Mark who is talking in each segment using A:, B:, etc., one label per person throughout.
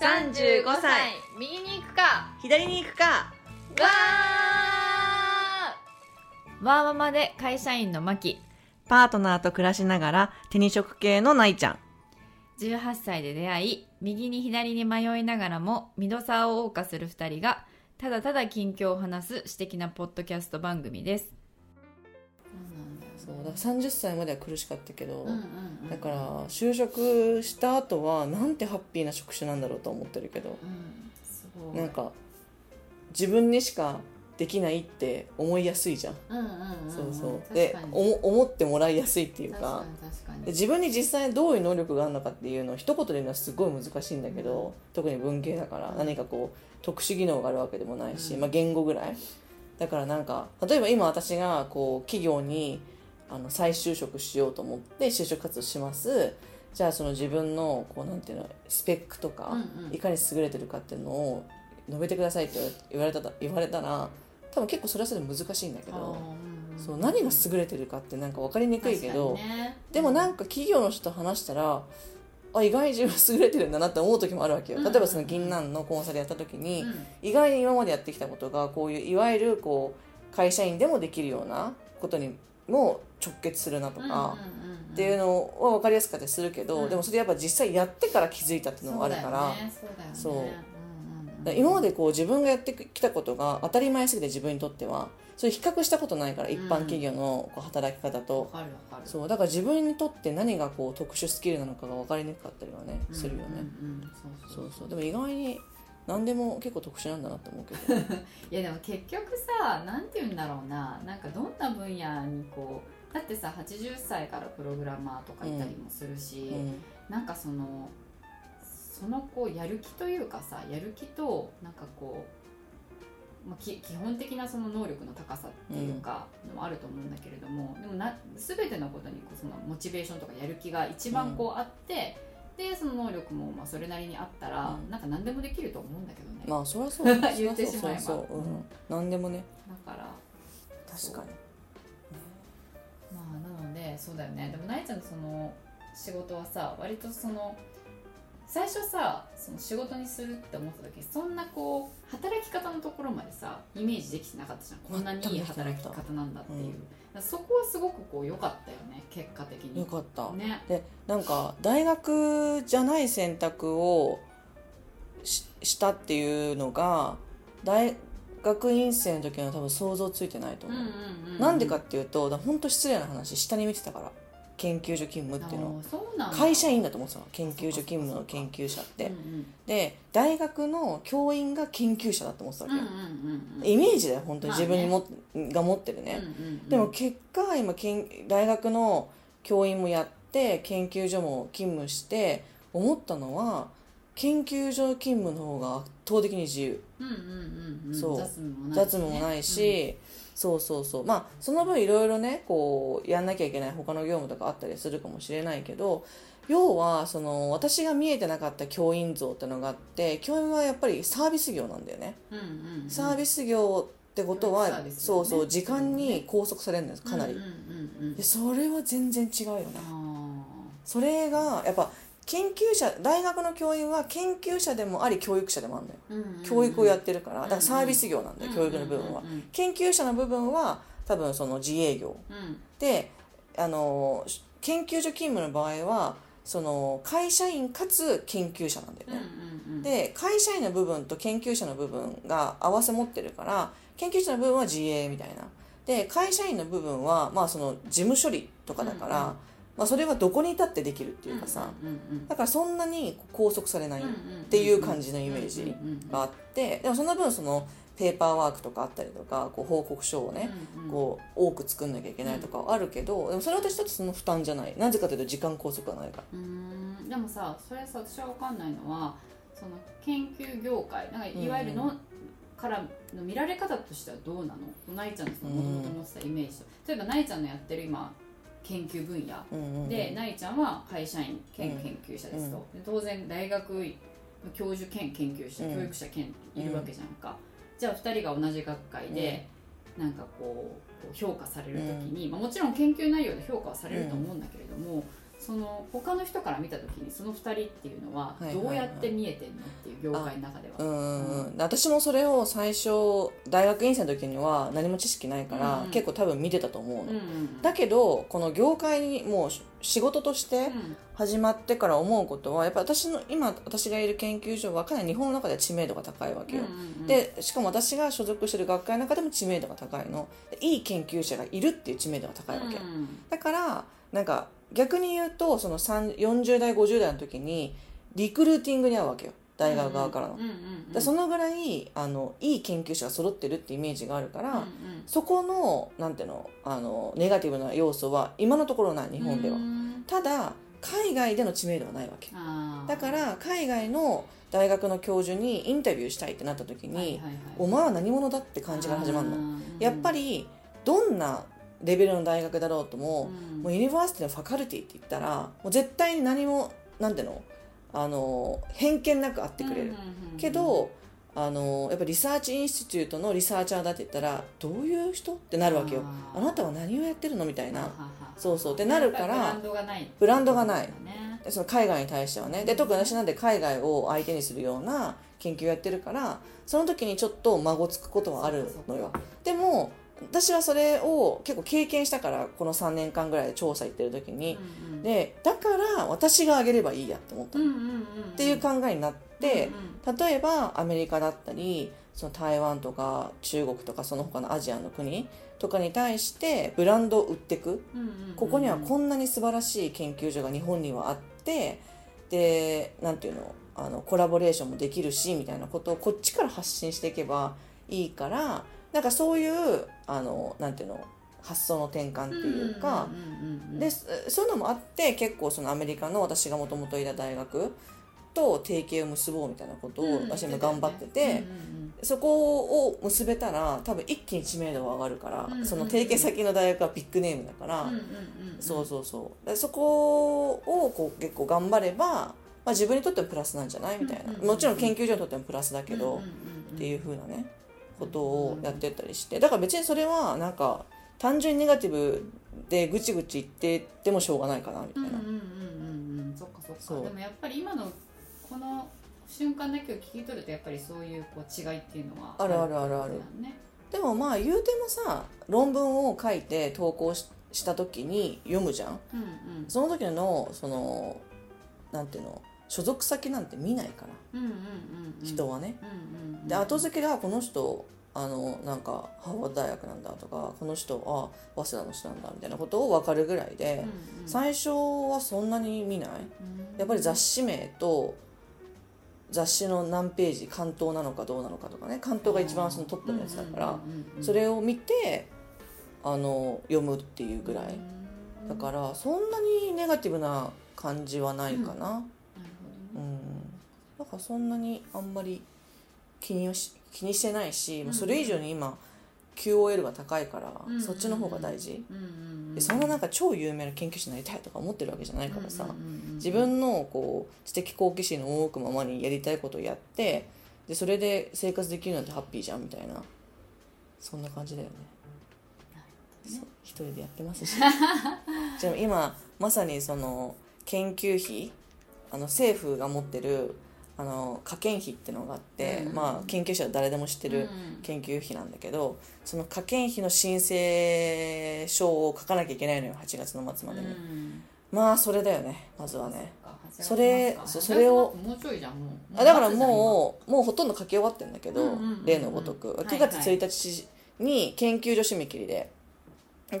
A: 35歳
B: 右に行くか
A: 左に行くか
B: わ
C: ワーママで会社員のマキ
A: パートナーと暮らしながら手に職系のないちゃん
C: 18歳で出会い右に左に迷いながらもミドサーを謳歌する2人がただただ近況を話す私的なポッドキャスト番組です
D: そうだから30歳までは苦しかったけど、
B: ーうんうん
D: だから就職した後はなんてハッピーな職種なんだろうと思ってるけど、
B: うんすごい
D: なんか自分にしかできないって思いやすいじゃん、
B: うんうんうん
D: そうそう
B: 確
D: で
B: かに
D: おも思ってもらいやすいっていうか
B: 確かに確か
D: で
B: に
D: 自分に実際どういう能力があるのかっていうのを一言で言うのはすごい難しいんだけど、特に文系だから何かこう特殊技能があるわけでもないし、
B: うん
D: まあ、言語ぐらいだからなんか例えば今私がこう企業にあの再就職しようと思って就職活動しますじゃあその自分のこうなんていうのスペックとか、
B: うんうん
D: いかに優れてるかっていうのを述べてくださいって言われた言われたら多分結構それはそれで難しいんだけ
B: あー
D: ど、
B: んん
D: そう何が優れてるかってなんか分かりにくいけど、
B: 確かにね
D: でもなんか企業の人と話したらあ意外に自分優れてるんだなって思う時もあるわけよ
B: うん
D: 例えばその銀杏のコンサルやった時に、
B: うん
D: 意外に今までやってきたことがこういういわゆるこう会社員でもできるようなことにも直結するなとか、
B: うんうんうん
D: っていうのは分かりやすかったりするけど、
B: うん
D: でもそれやっぱ実際やってから気づいたっていうのもあるから。
B: そうだよね
D: そ
B: そううだよね
D: だ
B: うん
D: から今までこう自分がやってきたことが当たり前すぎて自分にとってはそれ比較したことないから一般企業のこう働き方と
B: わかるわかる
D: そうだから自分にとって何がこう特殊スキルなのかが分かりにくかったりはねするよね、
B: うんうんうんそう
D: そ
B: そうう
D: そうでも意外に何でも結構特殊なんだなと思うけど
B: いやでも結局さなんて言うんだろうななんかどんな分野にこうだってさ80歳からプログラマーとかいたりもするし、
D: うん
B: なんかそのそのこうやる気というかさやる気となんかこう、まあ、き基本的なその能力の高さっていうかのもあると思うんだけれども、でもな全てのことにこうそのモチベーションとかやる気が一番こうあって、でその能力もまあそれなりにあったら、
D: うん
B: なんか何でもできると思うんだけどね、
D: まあそりゃ そう
B: 言ってしま
D: そり
B: えば
D: ゃそうそうそう、うん、何でもね
B: だから
D: 確かに
B: まあなのでそうだよねでもなえちゃんのその仕事はさ割とその最初さその仕事にするって思った時そんなこう働き方のところまでさイメージできてなかったじゃんこんなにいい働き方なんだっていう、
D: うん
B: だからそこはすごくこう良かったよね結果的に
D: よかった、
B: ね
D: でなんか大学じゃない選択をししたっていうのが大学院生の時は多分想像ついてないと
B: うん
D: 思
B: う
D: う、
B: んうん
D: なんでかっていうと本当失礼な話下に見てたから研究所勤務っていうのを
B: あーそうなんだ
D: 会社員だと思ってたの研究所勤務の研究者って、で大学の教員が研究者だと思ってたわ
B: うんう
D: け
B: んう
D: よ
B: ん、うんうんうん
D: イメージだよ本当に
B: まあ
D: 自
B: ね
D: 分にも、が持ってる
B: うん
D: ね、
B: うんうん
D: でも結果今研大学の教員もやって研究所も勤務して思ったのは研究所勤務の方が圧倒的に自由
B: うんうんうんうん
D: そう
B: 雑務
D: 雑務も
B: もないしね
D: ないし、そうそうそうまあその分いろいろねこうやんなきゃいけない他の業務とかあったりするかもしれないけど要はその私が見えてなかった教員像ってのがあって教員はやっぱりサービス業なんだよね、
B: うんうんうん
D: サービス業ってことは、
B: 教育サービスだよ
D: そ
B: ね
D: うそう時間に拘束されるんですかなり、
B: うんうんうんうん
D: でそれは全然違うよね
B: あ
D: それがやっぱ研究者大学の教員は研究者でもあり教育者でもあるのよ、
B: ーうんうんうん
D: 教育をやってるからだか
B: う
D: ら
B: ん
D: サービス業なんだよ、教育の部分は、研究者の部分は多分その自営業
B: うんうんうん
D: であの研究所勤務の場合はその会社員かつ研究者なんだよ
B: うん
D: ね、
B: うんうん
D: で会社員の部分と研究者の部分が合わせ持ってるから研究者の部分は自営みたいなで会社員の部分はまあその事務処理とかだから、
B: うんうん
D: まあ、それはどこにいたってできるっていうかさ、
B: うんうん
D: だからそんなに拘束されない
B: うんうんうん
D: っていう感じのイメージ
B: うんうんうん
D: があってでもその分そのペーパーワークとかあったりとかこう報告書をね、
B: うんうん
D: こう多く作んなきゃいけないとかはあるけど、でもそれは私だとその負担じゃないなぜかというと時間拘束がないから
B: うーんでもさそれさ私は分かんないのはその研究業界なんかいわゆるの、
D: うん
B: からの見られ方としてはどうなのなえちゃんのそのもともと持ってたイメージと、例えばなえちゃんのやってる今研究分野、
D: うんうん
B: で、なりちゃんは会社員兼
D: うん
B: 研究者ですと、で当然大学の教授兼研究者、
D: うん
B: 教育者兼いるわけじゃんか、じゃあ2人が同じ学会で、なんかこうこう評価される時に、まあ、もちろん研究内容で評価はされると思うんだけれども、その他の人から見た時にその2人っていうのは
D: はいはいはい
B: どうやって見えてんのっていう業界の中では。
D: う
B: うん
D: ん私もそれを最初大学院生の時には何も知識ないから、
B: うん
D: 結構多分見てたと思うの、
B: うん
D: だけどこの業界にもう仕事として
B: うん
D: 始まってから思うことはやっぱ私の今私がいる研究所はかなり日本の中では知名度が高いわけよ、
B: うんうんうん、
D: でしかも私が所属してる学会の中でも知名度が高いのでいい研究者がいるっていう知名度が高いわけ、
B: うん
D: だからなんか逆に言うとその3 40代50代の時にリクルーティングに合うわけよ大学側からの、
B: うんうんうんうん
D: だからそのぐらいあのいい研究者が揃ってるってイメージがあるから、
B: うんうん
D: そこのなんていうのあのネガティブな要素は今のところない日本では、
B: うん
D: ただ海外での知名度はないわけ
B: あー
D: だから海外の大学の教授にインタビューしたいってなった時に、
B: はいはいはい
D: お前は何者だって感じが始まるの、
B: あー
D: やっぱ、りどんなレベルの大学だろうと
B: うん
D: も、
B: うん
D: もうユニバーシティのファカルティって言ったらもう絶対に何もなんていうのあの偏見なくあってくれる、
B: うんうんうん
D: けどあのやっぱリサーチインスティテュートのリサーチャーだって言ったらどういう人ってなるわけよ
B: あ
D: あなたは何をやってるのみたい
B: は
D: な
B: はは
D: そうそうってなるから
B: ブランドがない
D: ブランドがない
B: ね
D: その海外に対してはねで特に私なんで海外を相手にするような研究をやってるからその時にちょっと孫つくことはあるのよでも私はそれを結構経験したからこの3年間ぐらいで調査行ってる時に、
B: うんうん
D: でだから私があげればいいやって思った
B: う
D: の、
B: んう
D: っ
B: んうん
D: ていう考えになって、
B: うんうん
D: 例えばアメリカだったりその台湾とか中国とかその他のアジアの国とかに対してブランドを売っていく
B: うんうんうん
D: ここにはこんなに素晴らしい研究所が日本にはあってでなんていうのあのコラボレーションもできるしみたいなことをこっちから発信していけばいいからなんかそういうあのなんていうの発想の転換っていうか、
B: んうんうんうん
D: でそそういうのもあって結構そのアメリカの私がもともといた大学と提携を結ぼうみたいなことを私も頑張ってて、
B: うん
D: そこを結べたら多分一気に知名度が上がるから、
B: うんうんうん
D: その提携先の大学はビッグネームだから、
B: うんうんうんうん
D: そうそうそうだからそこをこう結構頑張れば、まあ、自分にとってもプラスなんじゃないみたいな、
B: うんうんうん
D: もちろん研究所にとってもプラスだけど、
B: うんうんうん
D: っていう風なねことをやってったりしてだから別にそれはなんか単純にネガティブでぐちぐち言っててもしょうがないかなみた
B: う
D: い
B: ん
D: な、
B: うんうんうんうんそっかそっか
D: そう
B: でもやっぱり今のこの瞬間だけを聞き取るとやっぱりそういうこう違いっていうのは
D: あるあるあるある
B: ってことだよね
D: でもまあ言うてもさ論文を書いて投稿しした時に読むじゃん
B: うん
D: その時のそのなんていうの所属先なんて見ないから
B: うんうんうんうんうん
D: 人はね、
B: うんうんうん
D: で後付けがこの人あのなんかハーバード大学なんだとかこの人あ早稲田の人なんだみたいなことを分かるぐらいで、
B: うんうん
D: 最初はそんなに見ないやっぱり雑誌名と雑誌の何ページ関東なのかどうなのかとかね関東が一番そのトップのやつだからそれを見てあの読むっていうぐらいだ
B: ら
D: からそんなにネガティブな感じはないかな
B: なる
D: う
B: ほどね
D: んだからそんなにあんまり気にし気にしてないしもうそれ以上に今 QOL が高いから
B: うん
D: そっちの方が大事
B: うんうんう
D: でそんななんか超有名な研究者になりたいとか思ってるわけじゃないからさ、
B: うんうんうんうん
D: 自分のこう知的好奇心の多くままにやりたいことをやってでそれで生活できるなんてハッピーじゃんみたいなそんな感じだよねそう一人でやってますし じゃあ今まさにその研究費あの政府が持ってるあの科研費ってのがあって、
B: うん
D: まあ、研究者は誰でも知って
B: う
D: る
B: ん
D: 研究費なんだけどその科研費の申請書を書かなきゃいけないのよ8月の末までに、
B: うん
D: まあそれだよねまずはねそれ
B: 8月末か
D: そうそれを
B: もうちょいじゃんもう
D: あだからもうもうほとんど書き終わってるんだけど、
B: うんうんうんうん
D: 例のごとく
B: はいはい
D: 9月1日に研究所締め切りで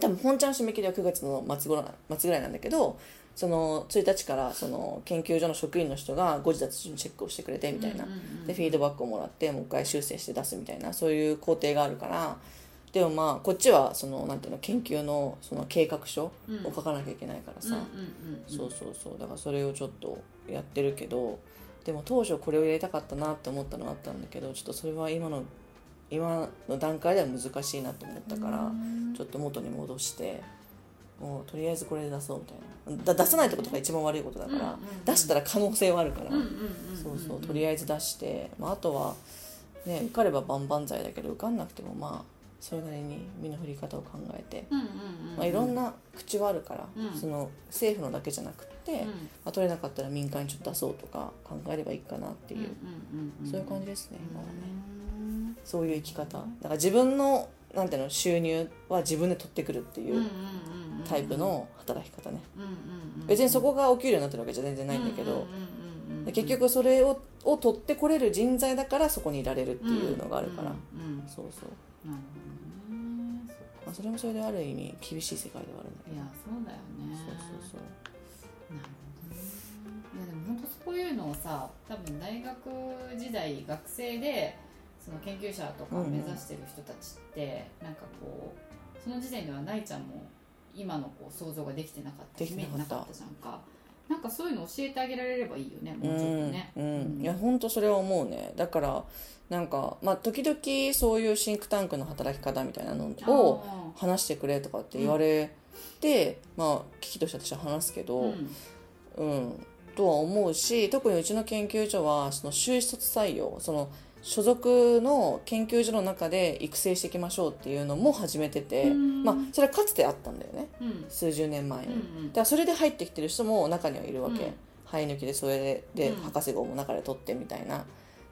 D: 多分本ちゃんの締め切りは9月の末頃な末ぐらいなんだけどその1日からその研究所の職員の人がご自宅にチェックをしてくれてみたいな、
B: うんうんうん
D: でフィードバックをもらってもう一回修正して出すみたいなそういう工程があるからでもまあこっちはそのなんていうの研究のその計画書を
B: うん
D: 書かなきゃいけないからさ、
B: うんうんうんうん
D: そうそうそうだからそれをちょっとやってるけどでも当初これをやりたかったなって思ったのはあったんだけどちょっとそれは今の今の段階では難しいなと思ったからちょっと元に戻してもうとりあえずこれで出そうみたいなだ出さないってことが一番悪いことだから、
B: うんうん
D: 出したら可能性はあるから、
B: うんうんうんうん
D: そうそうとりあえず出して、まあ、あとは、ね、受かれば万々歳だけど受かんなくてもまあそれなりに身の振り方を考えて、
B: うんうんうん
D: まあ、いろんな口はあるから、
B: うん
D: その政府のだけじゃなくって、
B: うん
D: まあ、取れなかったら民間にちょっと出そうとか考えればいいかなっていう、
B: うんんんん
D: そういう感じですね、今はね
B: うん
D: そういう生き方だから自分のなんていうの収入は自分で取ってくるってい
B: うんう
D: う
B: んうんうん
D: タイプの働き方ね、
B: うんうんうん
D: 別にそこがお給料になってるわけじゃ全然ないんだけど、
B: うんうんうんうん
D: 結局それをを取ってこれる人材だからそこにいられるっていうのがあるから、
B: うんうんうん
D: そうそう、
B: なるほどねそっ
D: ま
B: か
D: あ、それもそれである意味厳しい世界ではあるんだけ
B: い
D: ど
B: やそうだよね
D: そうそうそう
B: なるほどねいやでも本当そういうのをさ多分大学時代学生でその研究者とかを目指してる人たちって、なんかこうその時点ではないちゃんも今のこう想像ができてなかった
D: できてなかった
B: イメージなかったじゃんかなんかそういうの教えてあげられればいいよねもうちょっとね
D: うんうん、いや
B: うん
D: 本当それは思うねだからなんかまあ時々そういうシンクタンクの働き方みたいなのを
B: あ
D: 話してくれとかって言われて、まあ危機として私は話すけ
B: ー
D: ど、
B: うん
D: うん、とは思うし特にうちの研究所はその修卒採用その所属の研究所の中で育成していきましょうっていうのも始めてて、
B: うん
D: まあ、それはかつてあったんだよね
B: うん
D: 数十年前に。
B: うんうん
D: だからそれで入ってきてる人も中にはいるわけ、
B: うん
D: 生え抜きでそれで
B: うん
D: 博士号も中で取ってみたいな。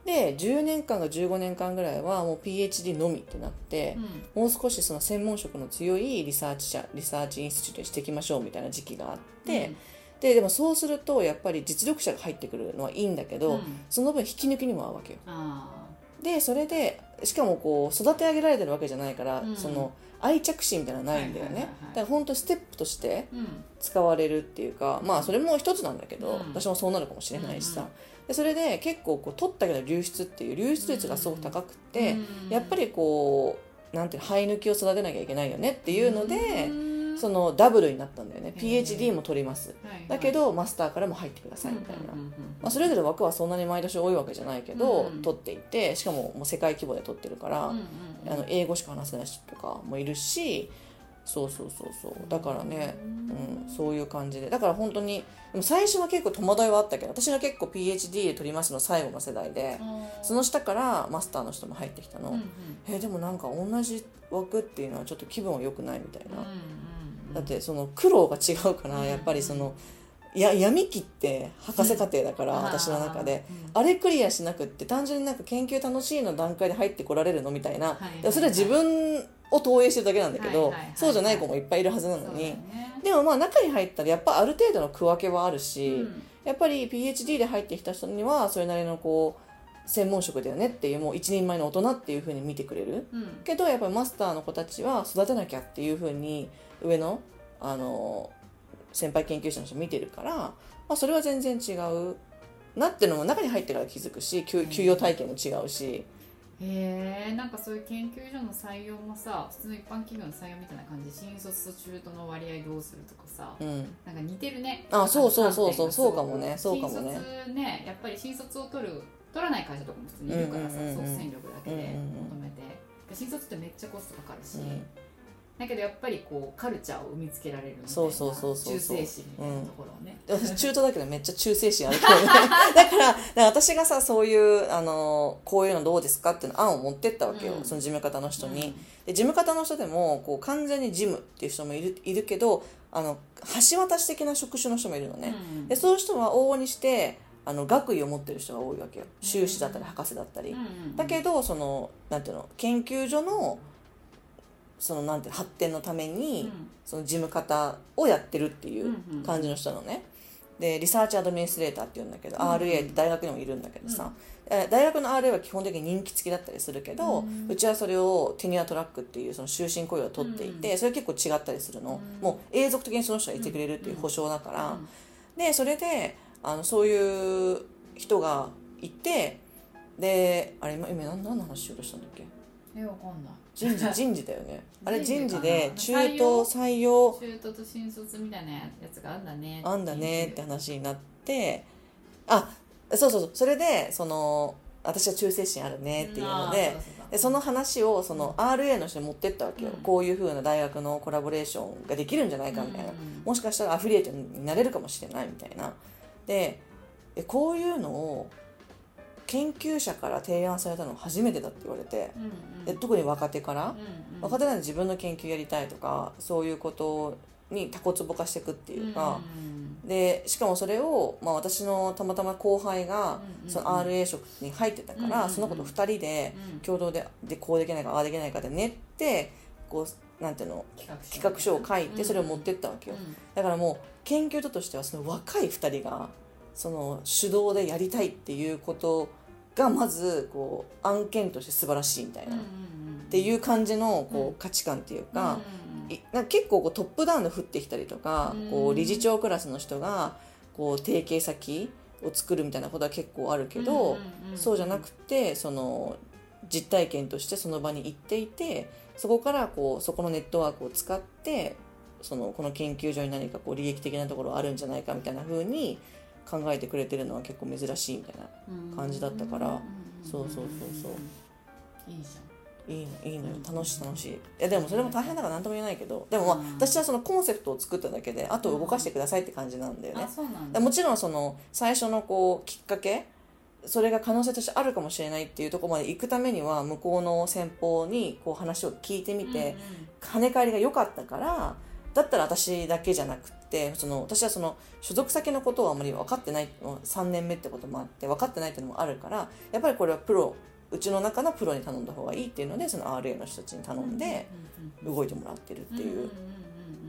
D: で10年間が15年間ぐらいはもう PhD のみってなって、
B: うん
D: もう少しその専門職の強いリサーチ者リサーチインスチュートにしていきましょうみたいな時期があって、ででもそうするとやっぱり実力者が入ってくるのはいいんだけ
B: うん
D: ど、
B: うん
D: その分引き抜きにも合うわけよ
B: あ
D: でそれでしかもこう育て上げられてるわけじゃないから、
B: うん
D: その愛着心みたいなのはないんだよね、
B: はいはいはいはい
D: だから本当ステップとして
B: ーうん
D: 使われるっていうかまあそれも一つなんだけど、
B: うん
D: 私もそうなるかもしれないしさ、
B: うんう
D: でそれで結構こう取ったけど流出っていう流出率がすごく高くて、
B: うん
D: やっぱりこうなんていうの生え抜きを育てなきゃいけないよねっていうので、
B: うん
D: そのダブルになったんだよね
B: へー
D: PhD も取ります
B: はいはい
D: だけどマスターからも入ってくださいみたいな、
B: うんうんうんうん
D: まあ、それぞれ枠はそんなに毎年多いわけじゃないけど、
B: うん
D: 取っていてしかももう世界規模で取ってるから、
B: うんうんうん
D: あの英語しか話せない人とかもいるしそうそうそうそうだからね、うん、そういう感じでだから本当にでも最初は結構戸惑いはあったけど私が結構 PhD で取りますの最後の世代でその下からマスターの人も入ってきたの、
B: うんうん
D: えでもなんか同じ枠っていうのはちょっと気分は良くないみたいな、
B: うんうん
D: だってその苦労が違うから、
B: うん
D: やっぱりそのいや闇期って博士課程だから、
B: うん
D: 私の中で
B: うん
D: あれクリアしなくって単純になんか研究楽しいの段階で入ってこられるのみたいな、
B: はいはい
D: でそれは自分を投影してるだけなんだけど、
B: はいはいはい
D: そうじゃない子もいっぱいいるはずな
B: そ
D: の
B: うだ
D: に、
B: よね
D: でもまあ中に入ったらやっぱある程度の区分けはあるし、
B: うん
D: やっぱり PhD で入ってきた人にはそれなりのこう専門職だよねっていうもう一人前の大人っていうふうに見てくれる
B: うん
D: けどやっぱりマスターの子たちは育てなきゃっていうふうに上のあの先輩研究者の人見てるから、まあ、それは全然違うなってのも中に入ってから気づくし給給与体系も違うし、
B: へえんかそういう研究所の採用もさ普通の一般企業の採用みたいな感じで新卒と中途の割合どうするとかさ
D: うん、
B: なんか似てるね
D: あそうそうそうそう
B: 観点がす
D: そ
B: ごく
D: うかもねそうかもね
B: 新卒ねやっぱり新卒を取る取らない会社とかも普通にいるからさ
D: うんうんうんうん
B: 即戦力だけで求めてで新卒ってめっちゃコストかかるしだけどやっぱりこうカルチャーを生みつけられるみたいな
D: そうそうそうそうそう
B: 忠誠心みたいなところをね、
D: で私中途だけどめっちゃ忠誠心あるけどねだからなんか私がさそういうあのこういうのどうですかっていうの案を持ってったわけよ、
B: うん
D: その事務方の人に。で事務方の人でもこう完全に事務っていう人もいるいるけどあの橋渡し的な職種の人もいるの
B: うん
D: ね、でそういう人は往々にしてあの学位を持ってる人が多いわけよ修士だったり
B: うん
D: 博士だったり、
B: うんうん
D: だけどそのなんていうの研究所のそのなんていうの発展のために、その事務方をやってるっていう感じの人なのね。でリサーチアドミニストレーターって言うんだけど、
B: うん
D: RA って大学にもいるんだけどさ、え大学の RA は基本的に人気付きだったりするけど、
B: う
D: うんちはそれをテニアトラックっていうその終身雇用を取っていて、それ結構違ったりするの、
B: うん
D: もう永続的にその人がいてくれるっていう保証だから、
B: うん
D: でそれであのそういう人がいてであれ今今何何の話しようとしたんだっけ
B: えわかんない
D: 人 事人事だよねあれ人
B: 人事
D: 事
B: かな
D: で中東採用
B: 中途と新卒みたいなやつがあんだね
D: あんだねって話になってあそうそうそうそれでその私は忠誠心あるねっていうので,、でその話をその RA の人に持ってったわけよ、
B: うん
D: こういう風な大学のコラボレーションができるんじゃないかみたいな、もしかしたらアフィリエイトになれるかもしれないみたいなでえこういうのを研究者から提案されたの初めてだって言われて
B: うんうん
D: で特に若手から、
B: うんうん
D: 若手なんで自分の研究やりたいとかそういうことにタコツボ化していくっていうか、
B: うん
D: でしかもそれを、まあ、私のたまたま後輩が、
B: うんうん
D: その RA 職に入ってたから、
B: うん
D: その子と2人で
B: うんうん
D: 共同ででこうできないかああできないかで練ってこうなんていうの
B: 企
D: 企画書を書い
B: うん
D: てそれを持ってったわけよ、だからもう研究所としてはその若い2人がその主導でやりたいっていうことがまずこう案件として素晴らしいみたいな、って
B: う
D: いう感じのこう、
B: うん
D: 価値観っていうか,、
B: が
D: いなんか結構こうトップダウンで降ってきたりとか、
B: うん
D: こう理事長クラスの人がこう提携先を作るみたいなことは結構あるけど、そうじゃなくてその実体験としてその場に行っていてそこからこうそこのネットワークを使ってそのこの研究所に何かこう利益的なところあるんじゃないかみたいな風に考えてくれてるのは結構珍しいみたいな感じだったからそうそうそうそう
B: うんいいじ
D: いいのいいのよ楽しい楽しいいやでもそれも大変だから何とも言えないけどでもまあ
B: うん
D: 私はそのコンセプトを作っただけであと動かしてくださいって感じなんだよ
B: ゃんあ
D: ね
B: そうなん
D: で
B: だ
D: もちろんその最初のこうきっかけそれが可能性としてあるかもしれないっていうところまで行くためには向こうの先方にこう話を聞いてみて、跳ね返りが良かったからだったら私だけじゃなくってその私はその所属先のことをあまり分かってない3年目ってこともあって分かってないっていうのもあるからやっぱりこれはプロうちの中のプロに頼んだ方がいいっていうのでその RA の人たちに頼んで動いてもらってるっていう、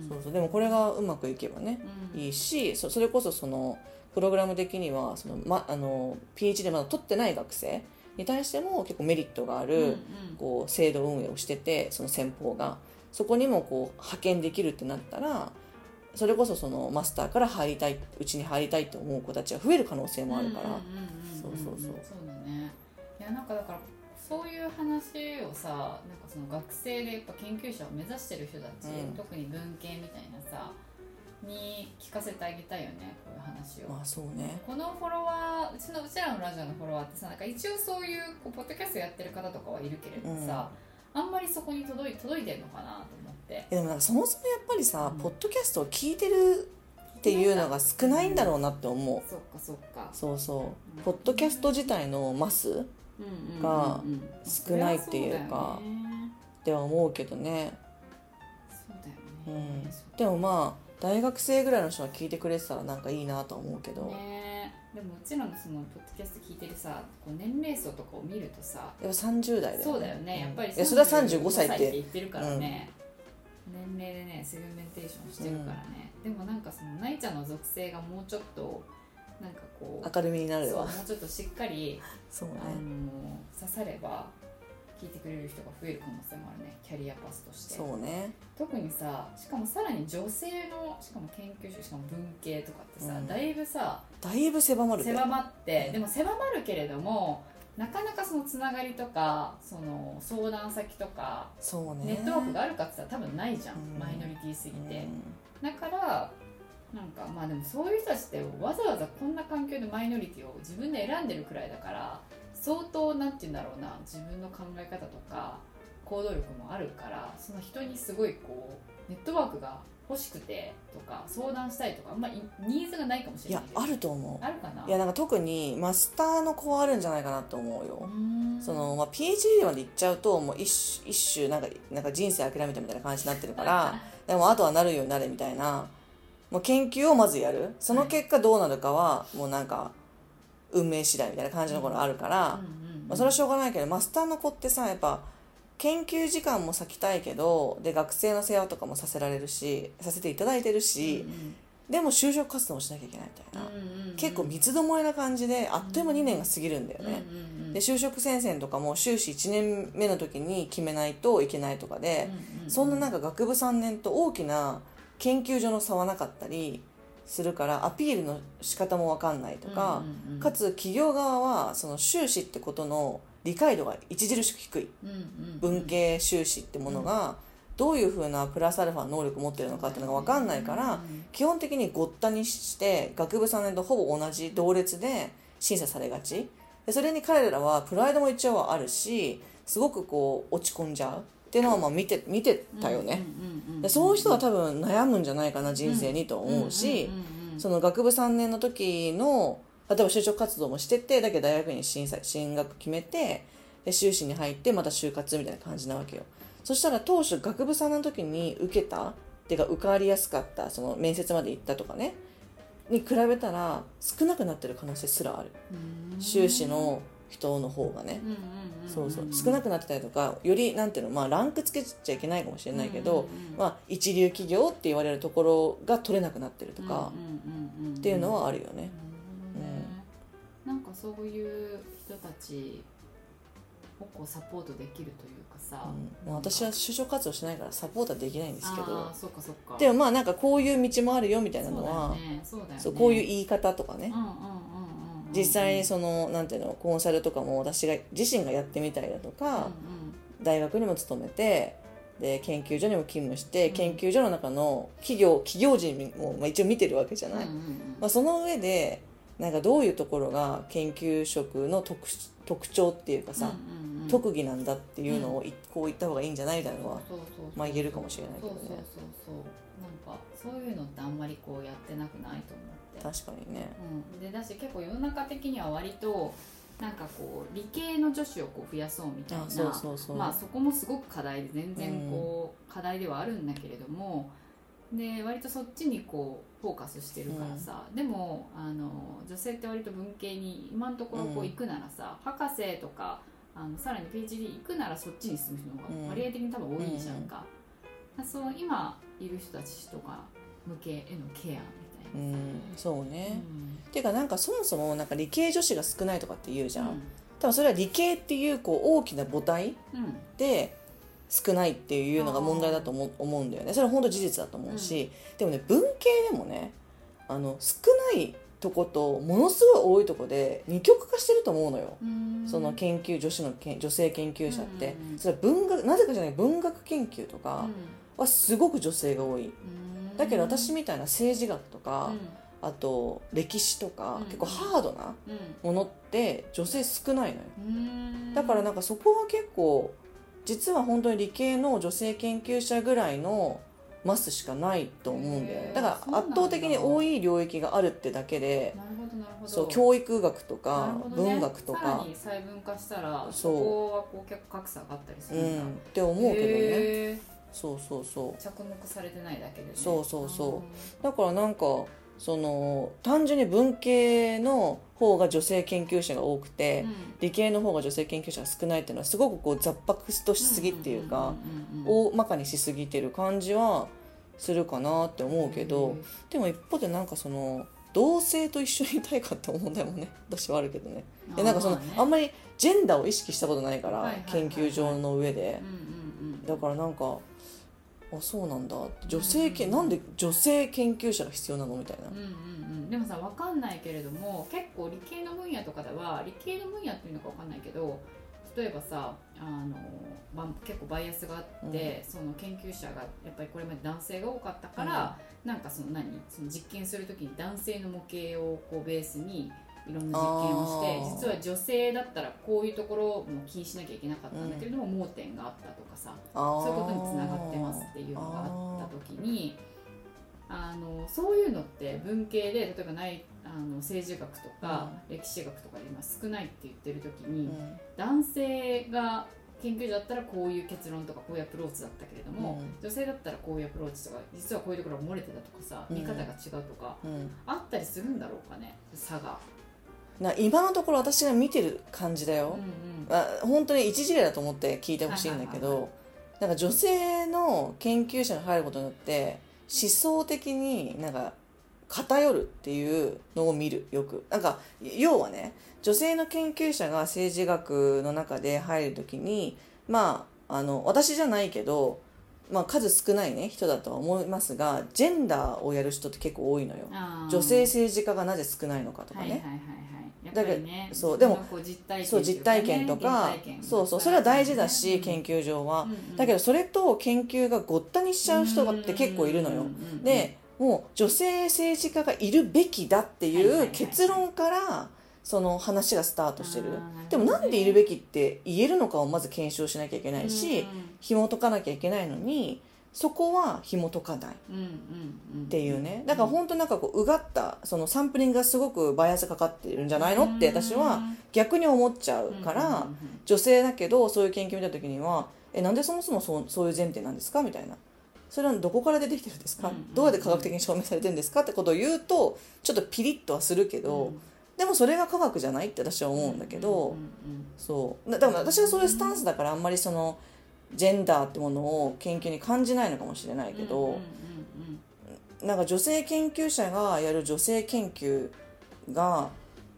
D: そうそうでもこれがうまくいけばねいいしそそれこそそのプログラム的にはその、ま、あの PhD まだ取ってない学生に対しても結構メリットがある、こう制度運営をしててその先方がそこにもこう派遣できるってなったらそれこそそのマスターから入りたいうちに入りたいって思う子たちが増える可能性もあるから、そうそうそう
B: そうだねいやなんかだからそういう話をさなんかその学生でやっぱ研究者を目指してる人たち、
D: うん
B: 特に文系みたいなさに聞かせてあげたいよねこういう話を、
D: まあそうね
B: このフォロワーうちのうちらのラジオのフォロワーってさなんか一応そういうこうポッドキャストやってる方とかはいるけれどさ、あんまりそこに届い届いてるのかなと思って
D: でもなんかそもそもやっぱりさ、
B: うん
D: ポッドキャストを聞いてるっていうのが少ないんだろうなって思う、
B: そっかそっか
D: そうそう
B: うん
D: ポッドキャスト自体のマスが少ないっていうかでは思うけどね
B: そうだよ
D: うん
B: ね
D: でもまあ大学生ぐらいの人が聞いてくれてたらなんかいいなとは思うけど、
B: ねえでもうちらのそのポッドキャスト聞いてるさこう年齢層とかを見るとさ
D: やっぱ30代だよね
B: そうだよねやっぱり
D: いやそれは35歳って
B: 言ってるからね、年齢でねセグメンテーションしてるからね、でもなんかそのなイちゃんの属性がもうちょっとなんかこう
D: 明るみになる
B: そうも
D: よ
B: うちょっとしっかり、
D: そうね
B: あの刺されば聞いてくれる人が増える可能性もあるねキャリアパスとして
D: そうね
B: 特にさしかもさらに女性のしかも研究者しかも文系とかってさ、
D: うん
B: だいぶさ
D: だいぶ狭まるね
B: 狭まってでも狭まるけれどもなかなかそのつながりとかその相談先とか
D: そうね
B: ネットワークがあるかって言ったら多分ないじゃん、
D: うん
B: マイノリティすぎて、
D: う
B: だからなんかまあでもそういう人たちってわざわざこんな環境でマイノリティを自分で選んでるくらいだから相当なんて言うんだろうな自分の考え方とか行動力もあるからその人にすごいこうネットワークが欲しくてとか相談したいとかあんまりニーズがないかもし
D: んい
B: れな
D: や
B: いけど
D: あると思
B: あるかな
D: ういやなんか特にマスターの子はあるんじゃないかなと思う
B: う
D: よ
B: ーん
D: その、まあ、PhD まで行っちゃうともう一種一種なんかなんか人生諦めたみたいな感じになってるからでもあとはなるようになれみたいなもう研究をまずやるその結果どうなるかはもうなんか運命次第みたいな感じの頃あるから、
B: うんうん
D: まあ、それはしょうがないけどマスターの子ってさやっぱ研究時間も割きたいけどで学生の世話とかもさせられるしさせていただいてるし、でも就職活動もしなきゃいけないみたいな、結構三つどもえな感じであっという間2年が過ぎるんだよね、で就職戦線とかも修士1年目の時に決めないといけないとかで、そんななんか学部3年と大きな研究所の差はなかったりするからアピールの仕方も分かんないとか、かつ企業側はその修士ってことの理解度が著しく低い文系修士ってものがどういうふうなプラスアルファ能力を持ってるのかっていうのが分かんないから基本的にごったにして学部3年とほぼ同じ同列で審査されがちでそれに彼らはプライドも一応はあるしすごくこう落ち込んじゃうっていうのはまあ見て見てたよね、でそういう人は多分悩むんじゃないかな人生にと思うし、その学部3年の時の例えば就職活動もしててだけど大学に進進学決めてで修士に入ってまた就活みたいな感じなわけよそしたら当初学部さんの時に受けたっていうか受かりやすかったその面接まで行ったとかねに比べたら少なくなってる可能性すらある修士の人の方がね
B: うんうんんん
D: そうそう少なくなってたりとかよりなんていうのまあランクつけちゃいけないかもしれないけど、
B: うんうんうん
D: まあ、一流企業って言われるところが取れなくなってるとか
B: うんうんうんうん
D: っていうのはあるよね。
B: なるほどねなんかそういう人たちをこうサポートできるというかさ、
D: うんまあ、私は就職活動しないからサポートはできないんですけ
B: あ
D: ど
B: ーそっかそっか
D: でもまあなんかこういう道もあるよみたいな
B: そう
D: の
B: だよ
D: は
B: ねそうだよね
D: そうこういう言い方とかね
B: うんうんうんうんうん
D: 実際にそのなんていうのコンサルとかも私が自身がやってみたりだと
B: うん
D: か、大学にも勤めてで研究所にも勤務して、
B: うん
D: 研究所の中の企業企業人も、まあ、一応見てるわけじゃ
B: うん
D: ない、
B: うんうん
D: まあ、その上でなんかどういうところが研究職の特特徴っていうかさ、
B: うんうんうん
D: 特技なんだっていうのをい、こう言った方がいいんじゃないみたいなのは
B: そうそうそう
D: まあ言えるかもしれないけ
B: そ
D: ど
B: う
D: ね
B: そうそうそうなんかそういうのってあんまりこうやってなくないと思って
D: 確かにね
B: うん、でだし結構世の中的には割となんかこう理系の女子をこう増やそうみたい
D: あ
B: な
D: そうそうそう、
B: まあ、そこもすごく課題で全然こう、課題ではあるんだけれどもで割とそっちにこうフォーカスしてるからさ、でもあの女性って割と文系に今のところこ
D: う
B: うん行くならさ、博士とかあのさらに PhD 行くならそっちに進む人の方
D: うん
B: が割合的に多分多いじゃんか、だからその今いる人たちとか向けへのケアみ
D: う
B: たいなさ。
D: んそうね、
B: うん
D: っていうかなんかそもそもなんか理系女子が少ないとかって言うじゃん、
B: うん
D: 多分それは理系っていうこう大きな母体
B: うん
D: で少ないっていうのが問題だと思思うんだよねそれは本当事実だと思うし、でもね文系でもねあの少ないとことものすごい多いとこで二極化してると思うのよ、
B: うん
D: その研究女子のけん女性研究者って、
B: うんうんうん
D: それは文学なぜかじゃない文学研究とかはすごく女性が多い、
B: うん
D: だけど私みたいな政治学とか、
B: う
D: あと歴史とか、
B: うん
D: 結構ハードなんものって女性少ないのよ
B: うん
D: だからなんかそこは結構実は本当に理系の女性研究者ぐらいのマスしかないと思うんだよ
B: へ
D: ね
B: ー
D: だから圧倒的に多い領域があるってだけで
B: なるほどなるほど
D: そう教育学と
B: な
D: か
B: るほどね
D: 文学と
B: さら
D: か、
B: に細分化したら
D: そう
B: そこはこう結構格差があったりす
D: う
B: るんだ
D: ん、って思うけどね
B: へー
D: そうそうそう
B: 着目されてないだけでね
D: そうそうそうだからなんかその単純に文系の方が女性研究者が多くて、
B: あーうん
D: 理系の方が女性研究者が少ないっていうのはすごくこう雑白としすぎっていうか、
B: うんうんうんうん
D: 大まかにしすぎてる感じはするかなって思うけど、でも一方でなんかその同性と一緒にいたいかって問題もね 私はあるけどね
B: うん
D: でなんかそのあ,、
B: ま
D: んまりジェンダーを意識したことないから、
B: はいはいはいはい
D: 研究上の上で
B: あねうんうんうん
D: だからなんかあそうなんだ女性系、
B: うん
D: なんで女性研究者が必要なのみたいな、
B: うんうんうんでもさわかんないけれども結構理系の分野とかでは理系の分野っていうのかわかんないけど例えばさあの、まあ、結構バイアスがあって、その研究者がやっぱりこれまで男性が多かったから、なんかその何その実験する時に男性の模型をこうベースにいろんな実験を
D: あー
B: して実は女性だったらこういうところも気にしなきゃいけなかったんだけれども、盲点があったとかさ
D: あー
B: そういうことにつながってますっていうのがあった時にあのそういうのって文系で例えばないあの政治学とか歴史学とかで今少ないって言ってる時
D: う
B: に、
D: ん
B: 男性が研究者だったらこういう結論とかこういうアプローチだったけれども、
D: うん
B: 女性だったらこういうアプローチとか実はこういうところが漏れてたとかさ
D: うん
B: 見方が違うとか、
D: うん
B: あったりするんだろうかね差が。
D: な今のところ私が見てる感じだよ、
B: うんうん
D: まあ、本当に一事例だと思って聞いてほしいんだけ
B: はいは
D: どなんか女性の研究者が入ることによって思想的になんか偏るっていうのを見るよくなんか要はね女性の研究者が政治学の中で入るときにまああの私じゃないけど、まあ、数少ないね人だとは思いますがジェンダーをやる人って結構多いのよ
B: あー
D: 女性政治家がなぜ少ないのかとか
B: はい
D: ね、
B: はいはいはいやっぱりね
D: そうでも
B: 自分のこう実体験
D: そう実体験とか、そうそうそれは大事だし、研究上は、だけ
B: ど
D: どそれと研究がごったにしちゃう人って結構いるのよ、でもう女性政治家がいるべきだって
B: はいはい
D: い
B: は
D: う
B: い
D: 結論からその話がスタートしてる、
B: あーなるほどね
D: でもなんでいるべきって言えるのかをまず検証しなきゃいけないし、紐解かなきゃいけないのにそこは紐解かないっ
B: うんうんうん、って
D: いうねだから本当なんかこううがったそのサンプリングがすごくバイアスかかってるんじゃないのって私は逆に思っちゃうから、女性だけどそういう研究見た時には「えなんでそもそもそうそういう前提なんですか?」みたいな「それはどこから出てきてるんですか
B: うんうんうん
D: どうやって科学的に証明されてるんですか?」ってことを言うとちょっとピリッとはするけど、でもそれが科学じゃないって私は思うんだけど、そうだだから私はそういうスタンスだからあんまりそのジェンダーってものを研究に感じないのかもしれないけど、なんか女性研究者がやる女性研究が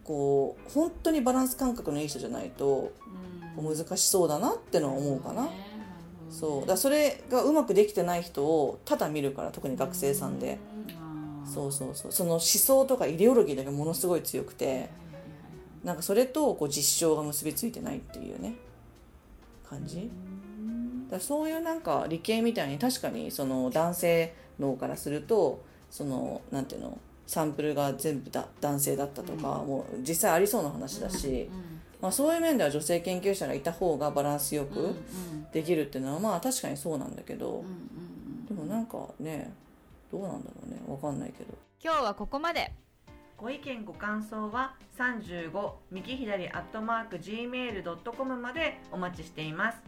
D: こう本当にバランス感覚のいい人じゃないとこう難しそうだなってのは思うかな。そうだからそれがうまくできてない人をただ見るから特に学生さんで、そうそうそうその思想とかイデオロギーだけものすごい強くてなんかそれとこう実証が結びついてないっていうね感じ、だからそういうなんか理系みたいに確かにその男性脳からするとそのなんていうのサンプルが全部だ男性だったとか、
B: うん
D: もう実際ありそうな話だし、まあ、そういう面では女性研究者がいた方がバランスよくできるっていうのはまあ確かにそうなんだけど、でもなんかねどうなんだろうねわかんないけど
C: 今日はここまで
A: ご意見ご感想は35右左アットマーク gmail.com までお待ちしています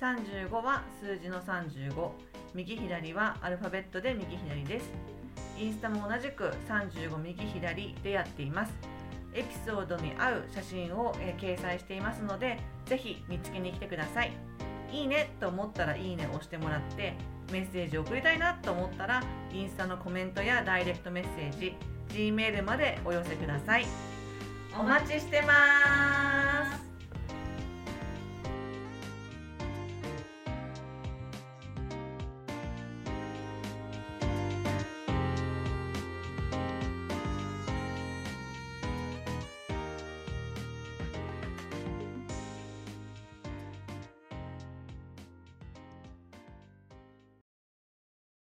A: 35は数字の35右左はアルファベットで右左ですインスタも同じく35右左でやっていますエピソードに合う写真を、えー掲載していますのでぜひ見つけに来てくださいいいねと思ったらいいねを押してもらってメッセージを送りたいなと思ったらインスタのコメントやダイレクトメッセージ G メールまでお寄せください。お待ちしてます。